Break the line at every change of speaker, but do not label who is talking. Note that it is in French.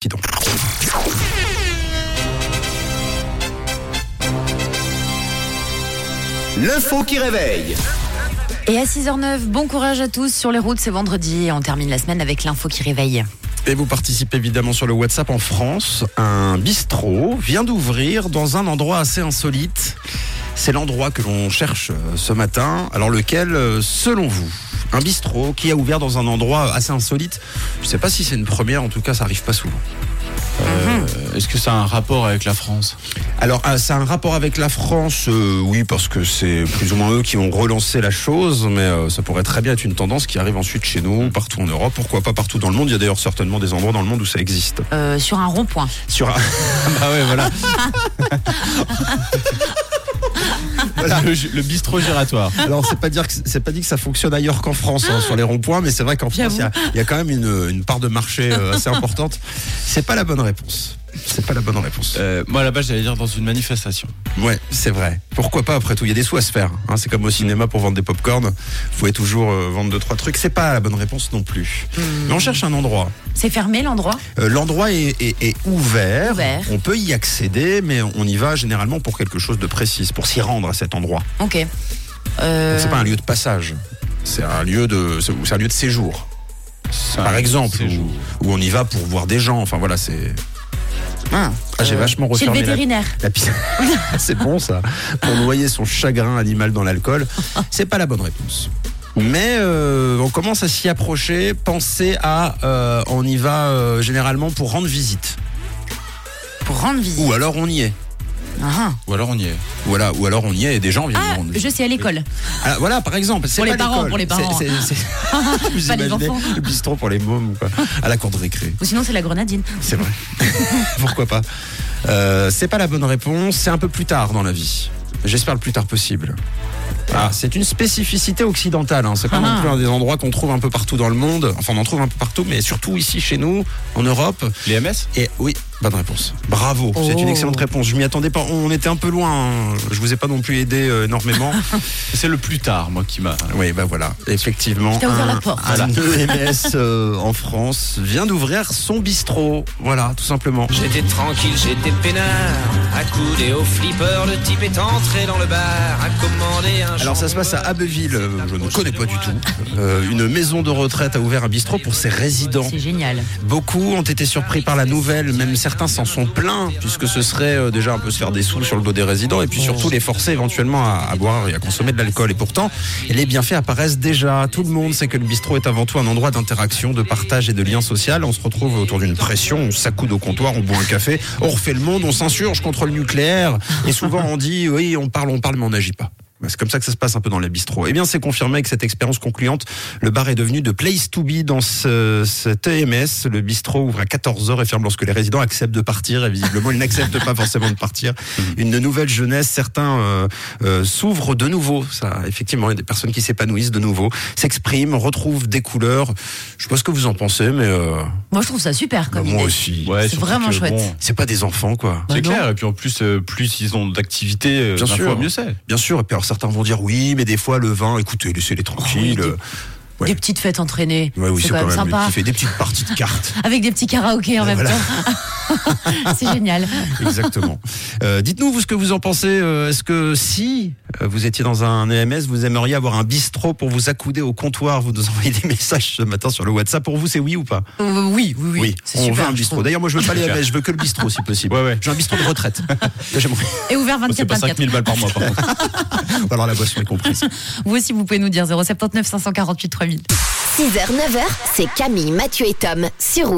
Dis donc.
L'info qui réveille.
Et à 6h09, bon courage à tous sur les routes, c'est vendredi et on termine la semaine avec l'info qui réveille.
Et vous participez évidemment sur le WhatsApp en France. Un bistrot vient d'ouvrir dans un endroit assez insolite. C'est l'endroit que l'on cherche euh, ce matin. Alors lequel, euh, selon vous Un bistrot qui a ouvert dans un endroit assez insolite. Je sais pas si c'est une première, en tout cas ça arrive pas souvent.
Est-ce que ça a un rapport avec la France
Alors, ah, ça a un rapport avec la France euh, Oui, parce que c'est plus ou moins eux qui ont relancé la chose, mais euh, ça pourrait très bien être une tendance qui arrive ensuite chez nous, partout en Europe, pourquoi pas partout dans le monde. Il y a d'ailleurs certainement des endroits dans le monde où ça existe.
Euh, sur un rond-point.
Sur un-
Ah ouais, voilà. Le, gi- le bistrot giratoire.
Alors, c'est pas dire que c'est pas dit que ça fonctionne ailleurs qu'en France hein, sur les ronds-points, mais c'est vrai qu'en France, il y a- il y, a quand même une, une part de marché euh, assez importante. C'est pas la bonne réponse. C'est pas la bonne réponse.
Euh, moi, là-bas, j'allais dire dans une manifestation.
Ouais, c'est vrai. Pourquoi pas après tout Il y a des sous à se faire. hein. C'est comme au cinéma pour vendre des pop-corn. Vous pouvez toujours euh, vendre deux trois trucs. C'est pas la bonne réponse non plus. Mais on cherche un endroit.
C'est fermé l'endroit
Euh, L'endroit est, est- est ouvert.
Ouvert.
On peut y accéder, mais on y va généralement pour quelque chose de précis, pour s'y rendre à cet endroit.
Ok. Euh,
C'est pas un lieu de passage. C'est un lieu de, c'est c'est un lieu de séjour, par exemple,
C'est-
où, où on y va pour voir des gens. Enfin voilà, c'est. Ah, j'ai
euh,
vachement
Chez le
refermé la
vétérinaire.
La pizza. c'est bon ça. Pour noyer son chagrin animal dans l'alcool, c'est pas la bonne réponse. Mais euh, on commence à s'y approcher. Pensez à, euh, on y va euh, généralement pour rendre visite.
Pour rendre visite.
Ou alors on y est.
Ah,
Ou alors on y est.
Voilà. Ou alors on y est et des gens viennent.
ah.
nous rendre
Ah, je
visite.
sais, à l'école.
Ah, voilà, par exemple. c'est
Pour les
pas
parents,
l'école.
pour les parents.
C'est- c'est- c'est- Vous
Pas les
imaginez
enfants.
le bistrot pour les mômes, quoi. À la cour de récré.
Ou sinon, c'est la grenadine.
C'est vrai. Pourquoi pas Euh, C'est pas la bonne réponse, c'est un peu plus tard dans la vie. J'espère le plus tard possible. Ah, c'est une spécificité occidentale. hein. C'est pas
Ah.
non plus un des endroits qu'on trouve un peu partout dans le monde. Enfin, on en trouve un peu partout, mais surtout ici chez nous, en Europe.
Les MS
Et oui, bonne réponse. Bravo,
Oh.
c'est une excellente réponse. Je m'y attendais pas. On était un peu loin. hein. Je vous ai pas non plus aidé euh, énormément.
C'est le plus tard, moi, qui m'a.
Oui, bah voilà, effectivement.
Qui t'a ouvert
un,
la porte.
un EMS euh, en France vient d'ouvrir son bistrot. Voilà, tout simplement.
J'étais tranquille, j'étais peinard. Accoudé au flipper, le type est entré dans le bar, a commandé un
Alors ça se passe à Abbeville, euh, je ne connais pas du tout. Euh, une maison de retraite a ouvert un bistrot pour ses résidents.
C'est génial.
Beaucoup ont été surpris par la nouvelle, même certains s'en sont plaints, puisque ce serait euh, déjà un peu se faire des sous sur le dos des résidents, et puis surtout les forcer éventuellement à, à boire et à consommer de l'alcool. Et pourtant, les bienfaits apparaissent déjà. Tout le monde sait que le bistrot est avant tout un endroit d'interaction, de partage et de lien social. On se retrouve autour d'une pression, on s'accoude au comptoir, on boit un café, on refait le monde, on s'insurge contre le nucléaire, et souvent on dit, oui, on parle, on parle, mais on n'agit pas. Bah, C'est comme ça que ça se passe un peu dans les bistrots. Eh bien, c'est confirmé avec cette expérience concluante. Le bar est devenu de place to be dans ce, cet EMS. Le bistrot ouvre à 14h et ferme lorsque les résidents acceptent de partir. Et visiblement, ils n'acceptent pas forcément de partir. Une nouvelle jeunesse, certains euh, euh, s'ouvrent de nouveau. Ça, effectivement, il y a des personnes qui s'épanouissent de nouveau, s'expriment, retrouvent des couleurs. Je sais pas ce que vous en pensez, mais euh,
Moi, je trouve ça super
bah,
comme
moi
idée.
aussi.
Ouais,
C'est
surtout
vraiment
que,
chouette.
bon,
C'est pas des enfants, quoi.
Bah
c'est
non.
clair. Et puis en plus, euh, plus ils ont d'activités, euh,
Bien
ma
sûr.
foi, mieux c'est.
Bien sûr. Et puis, alors, certains vont dire oui, mais des fois, le vin, écoutez, laissez-les tranquilles.
Oh oui,
Ouais.
Des petites fêtes entraînées.
Ouais, oui,
c'est quand même sympa.
qui fait des petites parties de cartes.
Avec des petits karaokés en
Ouais,
même
Bah, voilà.
temps. c'est génial.
Exactement. Euh, Dites-nous, vous, ce que vous en pensez. Euh, Est-ce que si euh, vous étiez dans un EMS, vous aimeriez avoir un bistrot pour vous accouder au comptoir Vous nous envoyez des messages ce matin sur le WhatsApp. Pour vous, c'est oui ou pas
Euh, oui, oui, oui. C'est
on veut
super.
un
je
bistrot.
trouve.
D'ailleurs, moi, je veux pas les EMS, je veux que le bistrot, si possible.
Ouais, ouais.
J'ai un bistrot de retraite. J'aimerais.
Et ouvert
C'est pas
24-24.
5000 balles par mois, par contre.
Alors, la boisson est comprise.
Vous aussi, vous pouvez nous dire 079 548 3000.
6h, 9h, c'est Camille, Mathieu et Tom sur Rouge.